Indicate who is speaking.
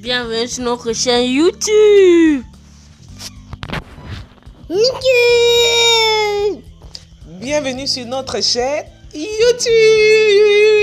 Speaker 1: Bienvenue sur notre chaîne YouTube.
Speaker 2: Bienvenue sur notre chaîne YouTube.